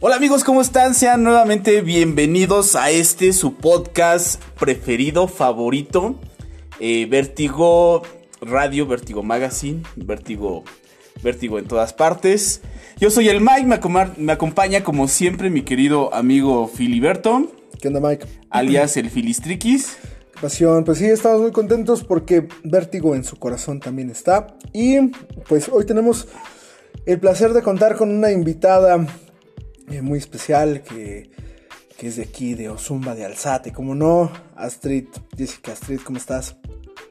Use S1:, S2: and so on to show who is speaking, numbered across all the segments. S1: Hola amigos, ¿cómo están? Sean nuevamente bienvenidos a este su podcast preferido, favorito, eh, Vértigo Radio, Vértigo Magazine, Vértigo, Vértigo en todas partes. Yo soy el Mike, me, acoma- me acompaña como siempre mi querido amigo Filiberto,
S2: ¿Qué onda, Mike?
S1: alias el Filistriquis.
S2: Qué Pasión, pues sí, estamos muy contentos porque Vértigo en su corazón también está. Y pues hoy tenemos el placer de contar con una invitada eh, muy especial que, que es de aquí, de Ozumba, de Alzate, como no, Astrid, Jessica Astrid, ¿cómo estás?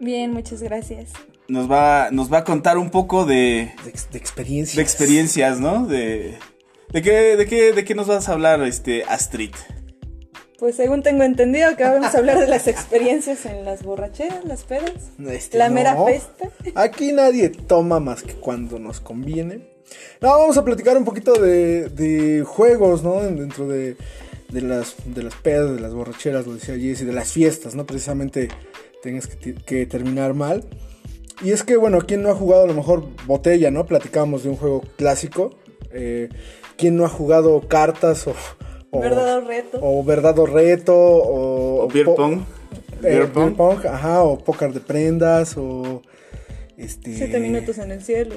S3: Bien, muchas gracias.
S1: Nos va, nos va a contar un poco de,
S2: De, ex- de experiencia.
S1: de experiencias, ¿no? De, de, qué, de, qué, ¿De qué nos vas a hablar, este, Astrid?
S3: Pues según tengo entendido que vamos a hablar de las experiencias en las borracheras, las pedas.
S2: Este,
S3: La mera festa.
S2: Aquí nadie toma más que cuando nos conviene. No, vamos a platicar un poquito de, de juegos, ¿no? Dentro de, de las, de las pedas, de las borracheras, lo decía Jesse, de las fiestas, ¿no? Precisamente tengas que, ti- que terminar mal. Y es que, bueno, ¿quién no ha jugado a lo mejor botella, no? Platicábamos de un juego clásico. Eh, ¿Quién no ha jugado cartas o... o-
S3: Verdadero reto.
S2: O verdad o reto, o...
S1: ¿O beer
S2: po-
S1: pong?
S2: eh,
S1: Beer pong.
S2: beer pong, ajá, o póker de prendas, o este...
S3: Siete minutos en el cielo.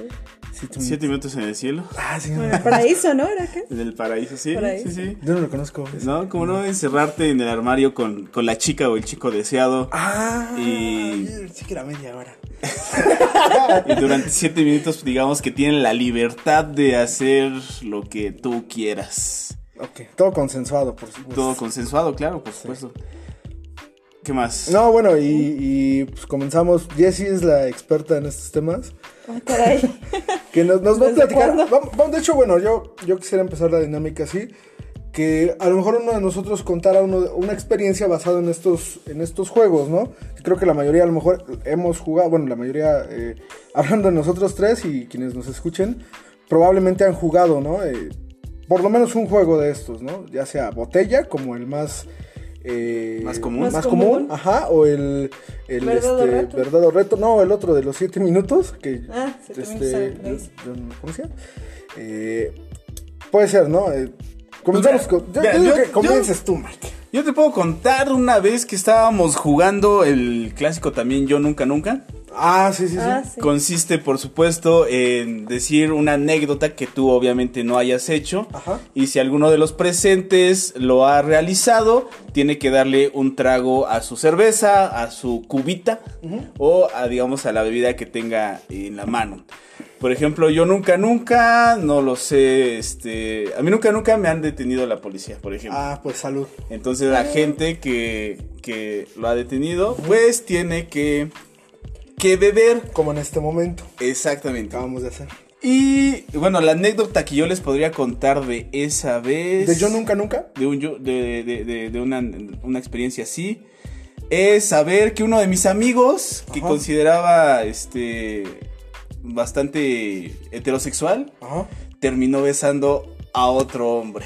S2: siete minutos.
S1: Siete minutos en el cielo.
S2: Ah, sí,
S3: Bueno, el paraíso, ¿no? ¿Era acá?
S1: En el paraíso, sí.
S3: Paraíso.
S1: Sí, sí.
S2: yo no lo conozco. es-
S1: ¿No? Como no encerrarte en el armario con, con la chica o el chico deseado.
S2: Ah,
S1: Y-
S2: sí que era media hora.
S1: Y durante siete minutos, digamos que tienen la libertad de hacer lo que tú quieras.
S2: Ok, todo consensuado, por supuesto.
S1: Todo consensuado, claro, por supuesto. ¿Qué más?
S2: No, bueno, y, y, pues comenzamos. Jessie es la experta en estos temas.
S3: Ah, caray.
S2: Que nos, nos va a
S3: ¿Desde
S2: platicar.
S3: cuándo?
S2: Vam- vam- de hecho, bueno, yo, yo quisiera empezar la dinámica así. Que a lo mejor uno de nosotros contara uno- una experiencia basada en estos, en estos juegos, ¿no? Que creo que la mayoría a lo mejor hemos jugado, bueno, la mayoría, eh, hablando de nosotros tres y quienes nos escuchen, probablemente han jugado, ¿no? Eh, por lo menos un juego de estos, ¿no? Ya sea botella, como el más... eh,
S1: Más común.
S2: Más,
S3: Más
S2: común.
S3: común.
S2: ajá, o el, el
S3: Verdad o
S2: este,
S3: reto.
S2: verdad o reto, no, el otro de los siete minutos, que
S3: Ah, se te
S2: este,
S3: me hizo el
S2: yo-
S3: place.
S2: yo no lo conocía. Eh, puede ser, ¿no? Eh, comenzamos
S1: Pues
S2: con. Yo,
S1: mira,
S2: yo
S1: mira,
S2: digo
S1: yo-
S2: que comiences tú, Mike.
S1: Yo te puedo contar una vez que estábamos jugando el clásico también Yo Nunca Nunca.
S2: Ah, sí, sí, sí.
S3: Ah, sí.
S1: Consiste, por supuesto, en decir una anécdota que tú obviamente no hayas hecho.
S2: Ajá.
S1: Y si alguno de los presentes lo ha realizado, tiene que darle un trago a su cerveza, a su cubita o a, digamos, a la bebida que tenga en la mano. Por ejemplo, yo nunca, nunca, no lo sé, este, a mí nunca, nunca me han detenido la policía, por ejemplo.
S2: Ah, pues salud.
S1: Entonces la gente que, que lo ha detenido, pues tiene que, que beber.
S2: Como en este momento
S1: Exactamente.
S2: acabamos de hacer.
S1: Y bueno, la anécdota que yo les podría contar de esa vez.
S2: De yo nunca, nunca.
S1: De, un yo- de, de- de- de una, una experiencia así. Es saber que uno de mis amigos, que
S2: Ajá.
S1: consideraba este. bastante heterosexual,
S2: Ajá.
S1: terminó besando a otro hombre.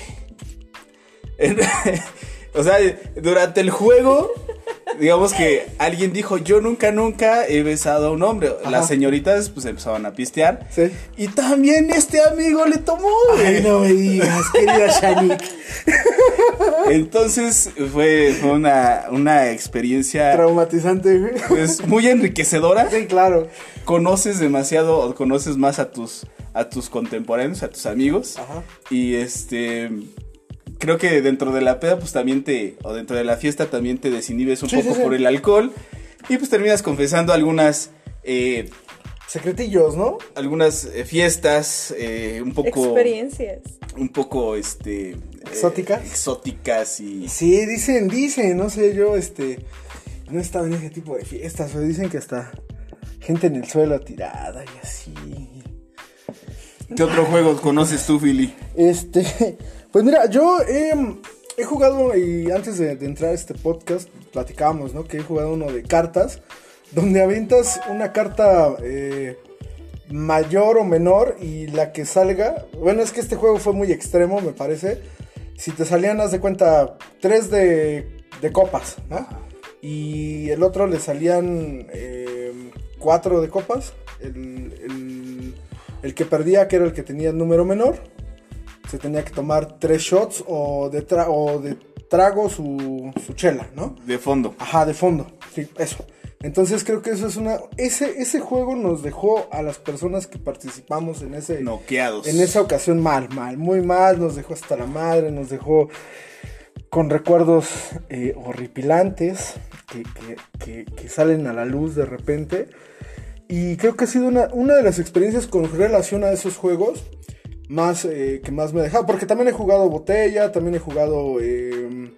S1: o sea, durante el juego, digamos que alguien dijo, yo nunca, nunca he besado a un hombre.
S2: Ajá.
S1: Las señoritas pues empezaban a pistear.
S2: Sí.
S1: Y también este amigo le tomó, güey.
S2: Ay, no me digas, querida Shanik.
S1: Entonces fue, fue una, una experiencia
S2: Traumatizante, güey.
S1: pues, muy enriquecedora.
S2: Sí, claro.
S1: Conoces demasiado, o conoces más a tus, a tus contemporáneos, a tus amigos.
S2: Ajá.
S1: Y este. Creo que dentro de la peda, pues también te. O dentro de la fiesta también te desinhibes un
S2: Sí,
S1: poco
S2: sí, sí.
S1: por el alcohol. Y pues terminas confesando algunas. eh,
S2: Secretillos, ¿no?
S1: algunas eh, fiestas. eh, un poco.
S3: Experiencias.
S1: Un poco este. eh,
S2: Exóticas.
S1: exóticas y.
S2: Sí, dicen, dicen, no sé, yo este no estaba en ese tipo de fiestas, o dicen que hasta gente en el suelo tirada y así.
S1: ¿Qué otro juego conoces tú, Philly?
S2: Este, pues mira, yo em, he jugado y antes de, de entrar a este podcast platicábamos, ¿no? Que he jugado uno de cartas donde aventas una carta eh, mayor o menor y la que salga, bueno, es que este juego fue muy extremo, me parece. Si te salían, haz de cuenta, tres de, de copas, ¿no? Y el otro le salían eh, cuatro de copas. El, el- el que perdía, que era el que tenía el número menor. se tenía que tomar tres shots o de, tra- o de trago su, su chela, ¿no?
S1: De fondo.
S2: Ajá, de fondo. Sí, eso. Entonces creo que eso es una. Ese, ese juego nos dejó a las personas que participamos en ese.
S1: Noqueados.
S2: En esa ocasión mal, mal, muy mal, nos dejó hasta la madre, nos dejó con recuerdos eh, horripilantes que, que- que- que salen a la luz de repente. Y creo que ha sido una, una de las experiencias con relación a esos juegos más, eh, que más me ha dejado. Porque también he jugado botella, también he jugado eh,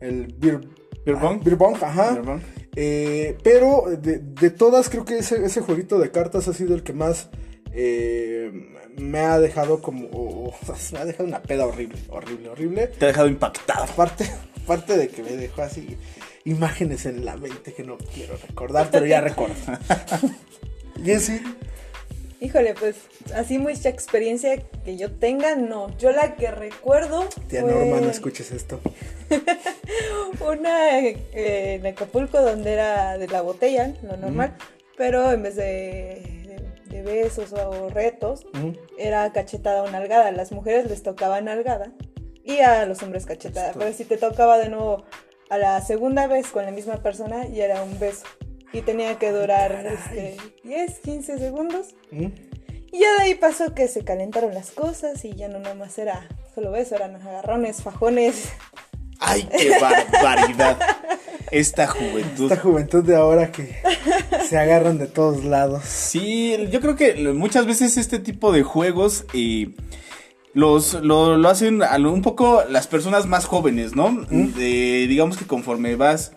S2: el beer,
S1: Beer pong.
S2: beer pong, ajá.
S1: Beer pong.
S2: Eh, pero de, de todas, creo que ese, ese jueguito de cartas ha sido el que más eh, me ha dejado como. o- o- me ha dejado una peda horrible, horrible, horrible.
S1: Te ha dejado impactado.
S2: Aparte, aparte de que me dejó así imágenes en la mente que no quiero recordar, pero ya recuerdo. Jessy,
S3: Híjole, pues así mucha experiencia que yo tenga, no. Yo la que recuerdo
S2: tía
S3: fue
S2: Norma, no escuches esto.
S3: una eh, en Acapulco donde era de la botella, lo normal, pero en vez de, de- de besos o retos,
S1: ¿Mm?
S2: Ujú.
S3: era cachetada o nalgada. A las mujeres les tocaba nalgada y a los hombres cachetada.
S2: Esto.
S3: Pero si te tocaba de nuevo a la segunda vez con la misma persona, ya era un beso. Y tenía que durar este, 10, 15 segundos.
S2: ¿Mm?
S3: Y ya de ahí pasó que se calentaron las cosas y ya no nada más era solo beso, eran agarrones, fajones.
S1: ¡Ay, qué barbaridad! Esta juventud.
S2: Esta juventud de ahora que se agarran de todos lados.
S1: Sí, yo creo que muchas veces este tipo de juegos eh, los, lo, lo hacen a lo- un poco las personas más jóvenes, ¿no? Eh, digamos que conforme vas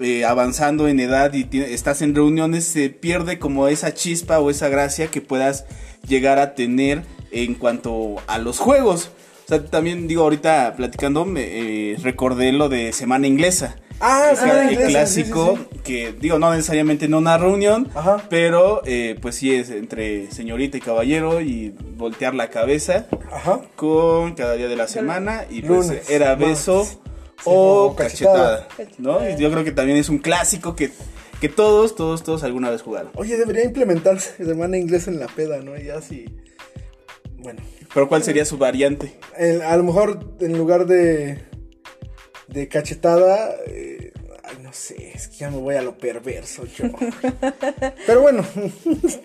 S1: eh, avanzando en edad y ti- estás en reuniones, se pierde como esa chispa o esa gracia que puedas llegar a tener en cuanto a los juegos. O sea, también digo, ahorita platicando, me, eh, recordé lo de Semana Inglesa.
S2: Ah,
S1: O sea,
S2: Semana
S1: el
S2: Inglesa, sí, sí,
S1: clásico
S2: sí.
S1: que digo, no necesariamente en una reunión,
S2: Ajá.
S1: pero eh, pues sí es entre señorita y caballero y voltear la cabeza
S2: Ajá.
S1: con cada día de la semana y pues
S2: Lunes,
S1: era
S2: martes.
S1: beso
S2: Sí,
S1: o
S2: o
S1: cachetada,
S2: cachetada.
S1: ¿no? Y yo creo que también es un clásico que, que todos, todos, todos alguna vez jugaron.
S2: Oye, debería implementarse semana inglesa en la peda, ¿no? Y así. Bueno,
S1: Pero ¿cuál sería su variante?
S2: el- a lo mejor en lugar de. de cachetada. eh, ay, no sé, es que ya me voy a lo perverso yo. Pero bueno,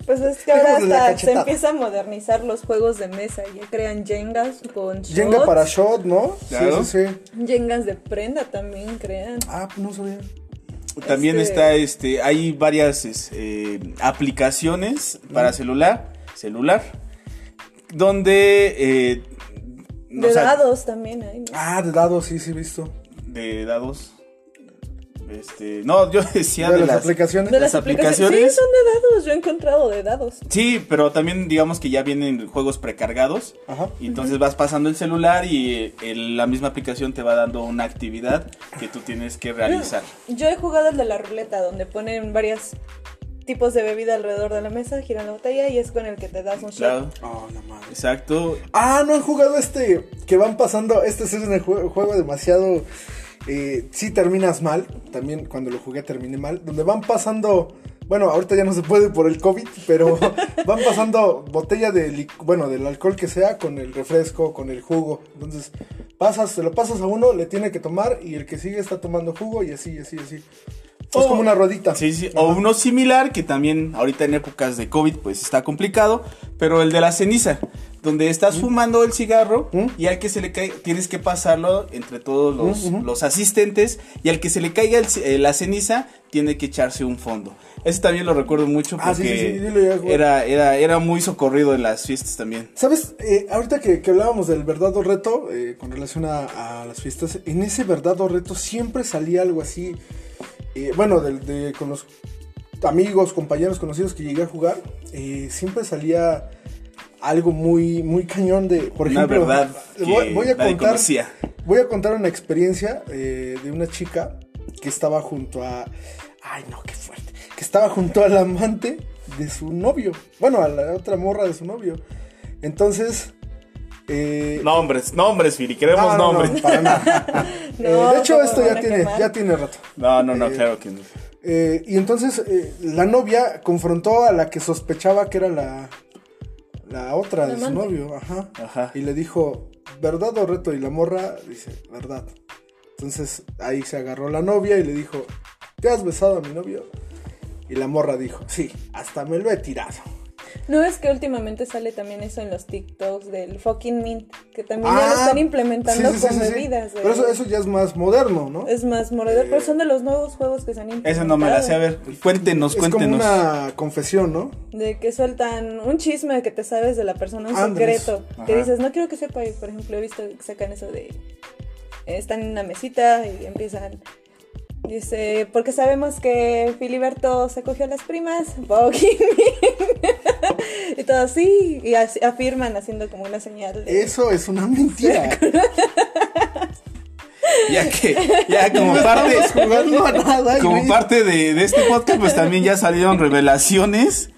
S3: Pues es que ahora
S2: Dejemos la
S3: hasta se
S2: cachetada.
S3: empieza a modernizar los juegos de mesa. Ya crean jengas con shots.
S2: Jenga para shot, ¿no?
S1: Claro.
S2: Sí, sí, sí.
S3: Jengas de prenda también crean.
S2: Ah, pues no sabía.
S1: También
S3: Este-
S1: está este, hay varias es- eh, aplicaciones
S2: Mm.
S1: para celular, celular, donde eh,
S3: De
S1: o sea,
S3: dados también hay, ¿no?
S2: Ah, de dados, sí, sí, visto.
S1: de dados. Este, no, yo decía de,
S2: de, las,
S1: las
S2: aplicaciones.
S3: de
S1: las
S3: las aplicaciones.
S1: aplicaciones.
S3: Sí, son de dados. Yo he encontrado de dados.
S1: Sí, pero también digamos que ya vienen juegos precargados.
S2: Ajá.
S1: Y entonces vas pasando el celular y eh, el- la misma aplicación te va dando una actividad que tú tienes que realizar.
S3: Yo he jugado el de la ruleta, donde ponen varios tipos de bebida alrededor de la mesa, giran la botella y es con el que te das un
S1: Claro,
S3: shot.
S2: Oh, la madre.
S1: exacto.
S2: Ah, no han jugado este que van pasando. Este sí es un jue- juego demasiado. Eh, sí terminas mal. También cuando lo jugué terminé mal. Donde van pasando. Bueno, ahorita ya no se puede por el COVID, pero van pasando botella de lic- bueno, del alcohol que sea con el refresco, con el jugo. Entonces, pasas, se lo pasas a uno, le tiene que tomar y el que sigue está tomando jugo y así, y así, y así. es
S1: O-
S2: como una rodita.
S1: Oh. Sí, sí, o uno similar que también ahorita en épocas de COVID pues está complicado, pero el de la ceniza, donde estás fumando el cigarro
S2: ¿Mm?
S1: y al que se le cae tienes que pasarlo entre todos los,
S2: ¿Mm? Ujú.
S1: los asistentes y al que se le caiga el ci- eh, la ceniza tiene que echarse un fondo. Ese también lo recuerdo mucho porque
S2: Ah, sí, sí, sí, sí, lo llegué a jugar.
S1: era, era, era muy socorrido en las fiestas también.
S2: ¿Sabes? Eh, ahorita que, que hablábamos del verdad o reto eh, con relación a, a las fiestas, en ese verdad o reto siempre salía algo así, eh, bueno, del- de, con los amigos, compañeros, conocidos que llegué a jugar, eh, siempre salía algo muy, muy cañón de, por
S1: Una
S2: ejemplo, eh,
S1: verdad que
S2: voy, voy a
S1: nadie
S2: contar,
S1: conocía.
S2: voy a contar una experiencia eh, de una chica que estaba junto a, ay no, qué fuerte, que estaba junto al amante de su novio, bueno, a la otra morra de su novio. Entonces, eh,
S1: Nombres, nombres, Fili, queremos
S2: no, no, no,
S1: nombres.
S2: para nada.
S3: No,
S2: Eh, de hecho,
S3: ¿cómo
S2: esto
S3: me
S2: ya
S3: van a
S2: tiene,
S3: quemar?
S2: ya tiene rato.
S1: No, no, no,
S2: Eh,
S1: claro que no.
S2: Eh, y entonces eh, la novia confrontó a la que sospechaba que era la, la otra de su
S3: amante.
S2: novio, ajá,
S1: Ajá.
S2: Y le dijo, ¿verdad o reto? Y la morra dice, ¿verdad? Entonces ahí se agarró la novia y le dijo, ¿te has besado a mi novio? Y la morra dijo, sí, hasta me lo he tirado.
S3: No es que últimamente sale también eso en los TikToks del fucking mint, que también ya
S2: Ah,
S3: lo están implementando
S2: Sí, sí, sí,
S3: con
S2: sí, sí.
S3: bebidas.
S2: Pero
S3: eh.
S2: eso, eso ya es más moderno, ¿no?
S3: es más mordedor, pero son de los nuevos juegos que se han implementado.
S1: Esa no me la sé. A ver, cuéntenos,
S2: es como
S1: Pues cuéntenos.
S2: una confesión, ¿no?
S3: De que sueltan un chisme que te sabes de la persona, un
S2: Ándales.
S3: secreto. Que
S1: Ajá.
S3: dices, no quiero que sepa. Y por ejemplo, he visto que sacan eso de. eh, Están en una mesita y empiezan. Dice, porque sabemos que Filiberto se cogió a las primas. Boggy. y todo así. Y así afirman haciendo como una señal de.
S2: Eso es una mentira.
S1: Ya que, ya como parte,
S2: Estamos jugando a nada.
S1: como
S2: güey.
S1: parte de, de este podcast, pues también ya salieron revelaciones.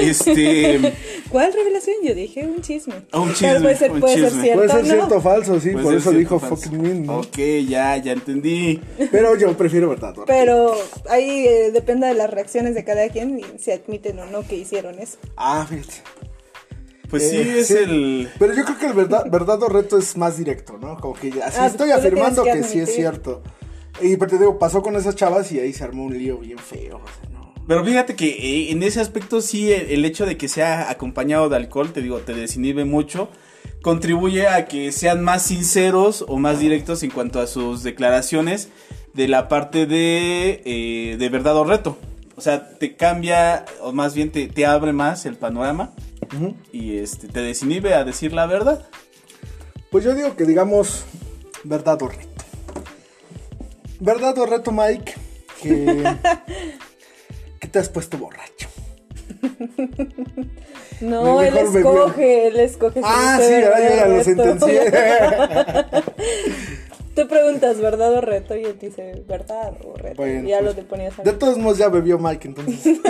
S1: Este.
S3: ¿Cuál revelación? Yo dije un chisme.
S1: Ah, un
S3: Pero
S1: chisme,
S3: puede ser,
S1: un
S3: puede ser
S1: chisme.
S3: cierto.
S2: Puede ser
S3: ¿no?
S2: cierto o falso, sí,
S1: pues,
S2: por
S1: es
S2: eso
S1: cierto,
S2: dijo
S1: falso. Oh.
S2: fucking mean, ¿no?
S1: Ok, ya, ya entendí.
S2: Pero yo prefiero verdad. ¿no?
S3: Pero ahí eh, depende de las reacciones de cada quien y si admiten o no que hicieron eso.
S2: Ah, fíjate.
S1: Pues
S2: Eh,
S1: sí, es
S2: sí.
S1: el.
S2: Pero yo creo que el verdad, verdad o reto es más directo, ¿no? Como que ya, así
S3: Ah,
S2: estoy
S3: tú lo
S2: afirmando que,
S3: tienes que
S2: sí es
S3: admitir.
S2: cierto. Y pero te digo, pasó con esas chavas y ahí se armó un lío bien feo. o sea, no.
S1: Pero fíjate que eh, en ese aspecto sí el, el hecho de que sea acompañado de alcohol, te digo, te desinhibe mucho, contribuye a que sean más sinceros o más directos en cuanto a sus declaraciones de la parte de, eh, de verdad o reto. O sea, te cambia, o más bien te, te abre más el panorama
S2: Ujú.
S1: y este, te desinhibe a decir la verdad.
S2: Pues yo digo que digamos verdad o reto. Verdad o reto, Mike, que, que te has puesto borracho.
S3: No,
S2: Me-
S3: él
S2: mejor me-
S3: escoge, él escoge. si
S2: ah,
S3: dice
S2: sí, ahora yo
S3: verdad
S2: ya
S3: o
S2: lo
S3: reto.
S2: sentencié.
S3: Tú preguntas verdad o reto y él te dice verdad o reto.
S2: Bueno,
S3: y ya
S2: pues,
S3: lo te ponías a
S2: De todos modos ya bebió Mike, entonces.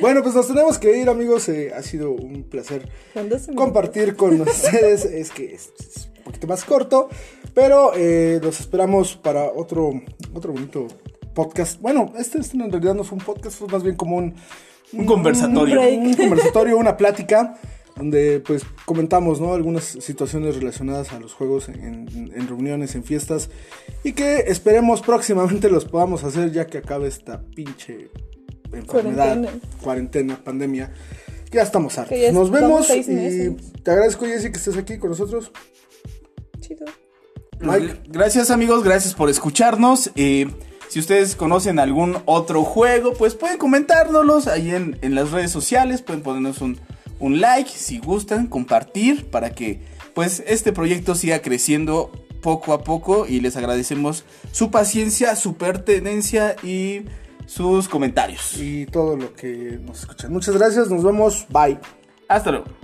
S2: bueno, pues nos tenemos que ir, amigos. eh, ha sido un placer
S3: Con 12 minutos.
S2: compartir con ustedes. Es que es, es un poquito más corto, pero eh, los esperamos para otro, otro bonito podcast. Bueno, este, este en realidad no fue un podcast, fue más bien como un,
S1: Un conversatorio.
S3: break.
S2: un conversatorio, una plática. Donde pues comentamos ¿no? algunas situaciones relacionadas a los juegos en, en- en reuniones, en fiestas. Y que esperemos próximamente los podamos hacer ya que acabe esta pinche enfermedad,
S3: Cuarentena.
S2: cuarentena pandemia. Ya estamos hartos.
S3: Que ya
S2: Nos
S3: estamos
S2: vemos
S3: seis
S2: y
S3: meses.
S2: te agradezco, Jessy, que estés aquí con nosotros.
S3: Chido.
S2: Mike.
S1: Gracias amigos, gracias por escucharnos. Eh, si ustedes conocen algún otro juego, pues pueden comentárnoslos ahí en, en las redes sociales, pueden ponernos un, un like si gustan, compartir para que pues este proyecto siga creciendo poco a poco y les agradecemos su paciencia, su pertenencia y sus comentarios.
S2: Y todo lo que nos escuchan. Muchas gracias, nos vemos. Bye.
S1: Hasta luego.